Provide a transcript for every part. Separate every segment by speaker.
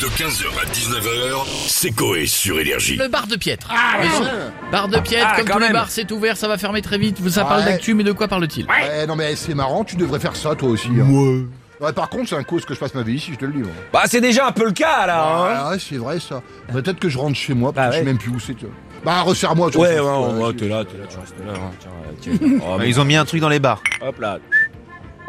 Speaker 1: De 15h à 19h, c'est Coé sur Énergie.
Speaker 2: Le bar de Pietre.
Speaker 3: Ah,
Speaker 2: Le
Speaker 3: oui.
Speaker 2: son- Bar de Pietre,
Speaker 3: Ah,
Speaker 2: comme
Speaker 3: quand
Speaker 2: tous les
Speaker 3: même.
Speaker 2: bars, c'est ouvert, ça va fermer très vite. Ça parle
Speaker 4: Ouais.
Speaker 2: d'actu, mais de quoi parle-t-il
Speaker 4: Ouais, non mais c'est marrant, tu devrais faire ça toi aussi. hein. Ouais, par contre, c'est un cause que je passe ma vie ici, je te le dis. moi.
Speaker 3: Bah c'est déjà un peu le cas là. hein.
Speaker 4: Ah ouais, c'est vrai ça. Peut-être que je rentre chez moi, parce
Speaker 3: Bah
Speaker 4: que je sais
Speaker 3: ouais.
Speaker 4: même plus où c'est. tu vois. Bah, resserre-moi. toi,
Speaker 3: Ouais, ouais,
Speaker 4: je-
Speaker 3: ouais,
Speaker 4: ouais,
Speaker 3: ouais,
Speaker 4: je-
Speaker 3: t'es là, t'es là, tu restes là. hein. Tiens, euh, tiens. Oh,
Speaker 5: Ah,
Speaker 3: mais-
Speaker 5: Ils ont mis un truc dans les bars.
Speaker 3: Hop là.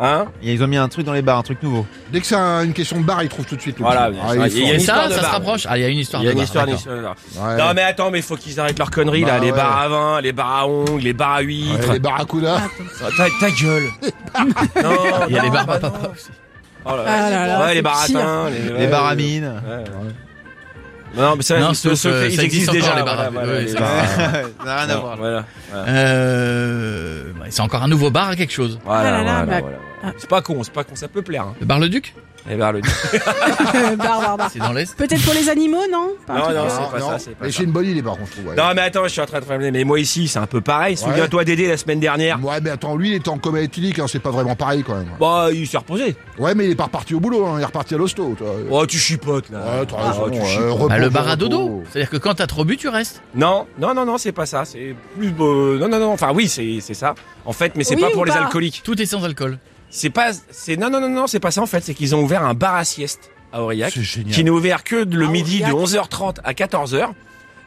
Speaker 3: Hein
Speaker 5: Ils ont mis un truc dans les bars, un truc nouveau.
Speaker 4: Dès que c'est un- une question de bar, ils trouvent tout de suite. le
Speaker 3: Voilà,
Speaker 4: petit.
Speaker 3: bien sûr.
Speaker 4: il est
Speaker 3: Il y
Speaker 2: Et
Speaker 3: a une histoire
Speaker 2: ça,
Speaker 3: de
Speaker 2: ça se
Speaker 3: bar.
Speaker 2: rapproche Ah, il y a une histoire
Speaker 3: Il y a
Speaker 2: de
Speaker 3: une
Speaker 2: bar,
Speaker 3: histoire, une
Speaker 2: d'accord.
Speaker 3: histoire, là.
Speaker 4: fort. Ouais.
Speaker 3: Non mais attends, mais faut qu'ils arrêtent leurs conneries là,
Speaker 4: Bah,
Speaker 3: les
Speaker 4: ouais.
Speaker 3: bars à vin, les bars à ongles, les bars à huîtres.
Speaker 4: Ouais, les barracudas.
Speaker 3: Ah, ta, ta gueule. non,
Speaker 2: Il y a les
Speaker 3: non,
Speaker 2: bars
Speaker 3: bah,
Speaker 2: à papa
Speaker 3: non.
Speaker 2: aussi.
Speaker 3: Oh là
Speaker 6: Ah là là,
Speaker 3: là. Ouais, les
Speaker 6: c'est
Speaker 3: bars à
Speaker 6: pire.
Speaker 3: thym,
Speaker 5: les
Speaker 3: ouais,
Speaker 5: bars à mine.
Speaker 3: ouais. Non mais ça,
Speaker 2: Non,
Speaker 3: ils,
Speaker 2: sauf,
Speaker 3: se-
Speaker 2: euh,
Speaker 3: ils
Speaker 2: ça existe
Speaker 3: existent
Speaker 2: encore,
Speaker 3: déjà
Speaker 2: les bars à-
Speaker 3: voilà, voilà,
Speaker 2: oui,
Speaker 3: les
Speaker 2: ça
Speaker 3: bars à-
Speaker 5: Ça n'a rien à voir.
Speaker 3: Voilà.
Speaker 2: Euh, ouais, c'est encore un nouveau bar à quelque chose.
Speaker 3: Voilà,
Speaker 6: Ah là là,
Speaker 3: voilà,
Speaker 6: bah-
Speaker 3: voilà.
Speaker 6: ah.
Speaker 3: C'est pas con, c'est pas con, ça peut plaire. Hein.
Speaker 2: Le bar Le Duc
Speaker 3: Les bars ben, le
Speaker 6: Euh, bar, bar, bar.
Speaker 2: C'est dans l'Est
Speaker 6: Peut-être pour les animaux, non Pas un
Speaker 3: Non,
Speaker 6: truc
Speaker 3: non,
Speaker 6: comme
Speaker 3: c'est
Speaker 6: ça.
Speaker 3: pas
Speaker 4: Non,
Speaker 3: ça, c'est pas
Speaker 4: mais
Speaker 3: ça.
Speaker 4: c'est une bonne idée par contre. Ouais.
Speaker 3: Non mais attends, je suis en train de travailler, mais moi ici c'est un peu pareil. Souviens-toi d'aider la semaine dernière.
Speaker 4: Ouais, mais attends, lui il était en coma éthylique, hein, c'est pas vraiment pareil quand même.
Speaker 3: Bah il s'est reposé.
Speaker 4: Ouais, mais il est pas reparti au boulot, hein, il est reparti à l'hosto. toi.
Speaker 3: Oh tu chipotes là.
Speaker 4: Ouais, t'as raison,
Speaker 3: Oh, tu
Speaker 4: ouais,
Speaker 3: chipotes.
Speaker 4: repos
Speaker 2: Bah, Le
Speaker 4: pour
Speaker 2: bar à
Speaker 4: repos.
Speaker 3: Oh.
Speaker 2: dodo. C'est-à-dire que quand t'as trop bu, tu restes.
Speaker 3: Non, non, non, non, c'est pas ça. C'est plus beau. Non, non, non. Enfin oui, c'est c'est ça. En fait, mais c'est
Speaker 6: Oui
Speaker 3: pas
Speaker 6: ou
Speaker 3: pour les
Speaker 6: pas
Speaker 3: alcooliques.
Speaker 2: Tout est sans alcool.
Speaker 3: C'est pas. C'est non, non, non, non. C'est pas ça en fait. C'est qu'ils ont ouvert un bar à sieste à Aurillac,
Speaker 4: C'est génial.
Speaker 3: qui n'est ouvert que le
Speaker 6: Ah,
Speaker 3: midi de
Speaker 6: Aurillac.
Speaker 3: 11h30 à 14h.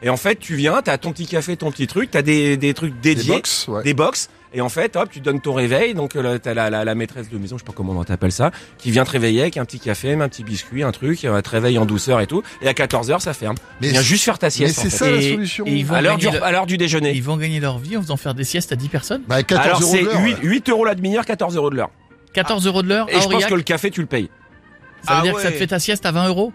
Speaker 3: Et en fait, tu viens, t'as ton petit café, ton petit truc, t'as des des trucs
Speaker 4: Des
Speaker 3: dédiés.
Speaker 4: box, ouais.
Speaker 3: des box. Et en fait, hop, tu donnes ton réveil. Donc, euh, là, t'as la, la, la maîtresse de maison, je sais pas comment on t'appelle ça, qui vient te réveiller avec un petit café, un petit biscuit, un truc, euh, elle te réveille en douceur et tout. Et à 14h, ça ferme.
Speaker 4: Mais
Speaker 3: viens
Speaker 4: c'est-
Speaker 3: juste faire ta sieste.
Speaker 4: mais
Speaker 3: en
Speaker 4: c'est
Speaker 3: fait.
Speaker 4: Ça, la
Speaker 2: Et-
Speaker 4: solution.
Speaker 2: et ils vont
Speaker 3: À l'heure du,
Speaker 2: gagner
Speaker 3: à l'heure du
Speaker 2: leur-
Speaker 3: déjeuner.
Speaker 2: ils vont gagner leur vie en faisant faire des siestes à 10 personnes.
Speaker 4: Bah, 14
Speaker 3: Alors,
Speaker 4: euros
Speaker 3: c'est
Speaker 4: de l'heure.
Speaker 3: 8, 8 euros la demi-heure, 14 euros de l'heure.
Speaker 2: 14 euros de l'heure
Speaker 3: Et
Speaker 2: à
Speaker 3: je pense
Speaker 2: Ah, Aurillac.
Speaker 3: que le café, tu le payes.
Speaker 2: Ça veut
Speaker 5: Ah
Speaker 2: dire que ça te
Speaker 5: ouais.
Speaker 2: fait ta sieste à 20 euros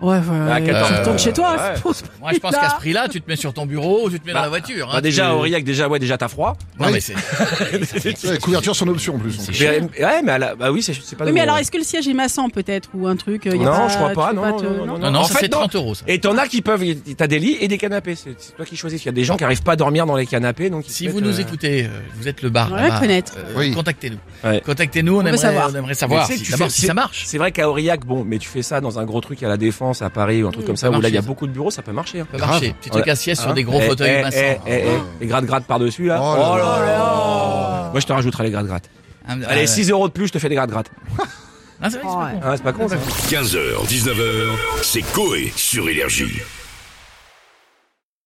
Speaker 6: Ouais, ouais.
Speaker 3: À 14,
Speaker 6: tu retournes chez toi,
Speaker 3: Ah, ouais.
Speaker 6: je pense.
Speaker 2: Moi, je pense qu'à ce prix-là, tu te mets sur ton bureau ou tu te mets dans
Speaker 3: Bah,
Speaker 2: la voiture. hein,
Speaker 3: Bah, déjà,
Speaker 2: tu-
Speaker 3: à Aurillac, déjà, ouais, déjà, t'as froid.
Speaker 2: Non, mais c'est.
Speaker 4: Ouais, couverture sans option en plus.
Speaker 2: C'est
Speaker 4: en plus.
Speaker 2: chiant.
Speaker 3: Mais- ouais, mais à la- bah oui, c'est c'est pas
Speaker 6: Oui, mais
Speaker 3: nouveau,
Speaker 6: alors,
Speaker 3: ouais.
Speaker 6: est-ce que le siège est massant, peut-être Ou un truc euh, y a
Speaker 3: Non, je crois
Speaker 6: tu
Speaker 3: pas,
Speaker 6: peux
Speaker 3: non, non,
Speaker 6: te-
Speaker 3: non, non, non.
Speaker 2: Non, non,
Speaker 3: En
Speaker 2: ça
Speaker 3: fait,
Speaker 2: c'est
Speaker 3: non.
Speaker 2: 30 euros ça.
Speaker 3: Et t'en as qui peuvent, t'as des lits et des canapés. C'est c'est toi qui choisis. Il y a des gens qui arrivent pas à dormir dans les canapés, donc ils
Speaker 2: Si
Speaker 3: se
Speaker 2: vous
Speaker 3: mettent,
Speaker 2: nous
Speaker 3: euh,
Speaker 2: écoutez, euh, vous êtes le bar.
Speaker 6: On
Speaker 2: là-bas,
Speaker 6: va connaître.
Speaker 2: euh,
Speaker 4: Oui.
Speaker 2: Contactez-nous.
Speaker 3: Ouais.
Speaker 2: Contactez-nous, on,
Speaker 6: veut
Speaker 2: aimerait
Speaker 6: savoir.
Speaker 2: on aimerait savoir
Speaker 3: Mais tu sais,
Speaker 2: si-
Speaker 3: tu
Speaker 2: d'abord
Speaker 3: fais-
Speaker 2: si ça marche.
Speaker 3: C'est vrai qu'à Aurillac, bon, mais tu fais ça dans un gros truc à la Défense, à Paris ou un truc
Speaker 6: Mm,
Speaker 3: comme
Speaker 2: ça
Speaker 3: ça, où là il y a
Speaker 2: marche,
Speaker 3: beaucoup de bureaux, ça peut marcher. hein.
Speaker 2: Ça peut marcher. Petit truc
Speaker 3: Ouais.
Speaker 2: à sieste sur
Speaker 3: Hein
Speaker 2: des gros
Speaker 3: Eh, eh,
Speaker 2: fauteuils massants.
Speaker 3: eh, eh, eh, Les gratte-gratte par-dessus là.
Speaker 4: Oh là là
Speaker 3: Moi je te rajouterai les gratte-gratte.
Speaker 2: Ah,
Speaker 3: Allez,
Speaker 2: ouais.
Speaker 3: 6 euros de plus, je te fais des gratte-gratte.
Speaker 2: Ah, c'est vrai que c'est pas con.
Speaker 3: Hein, c'est pas con ça.
Speaker 1: 15h, 19h, c'est Coé sur Énergie.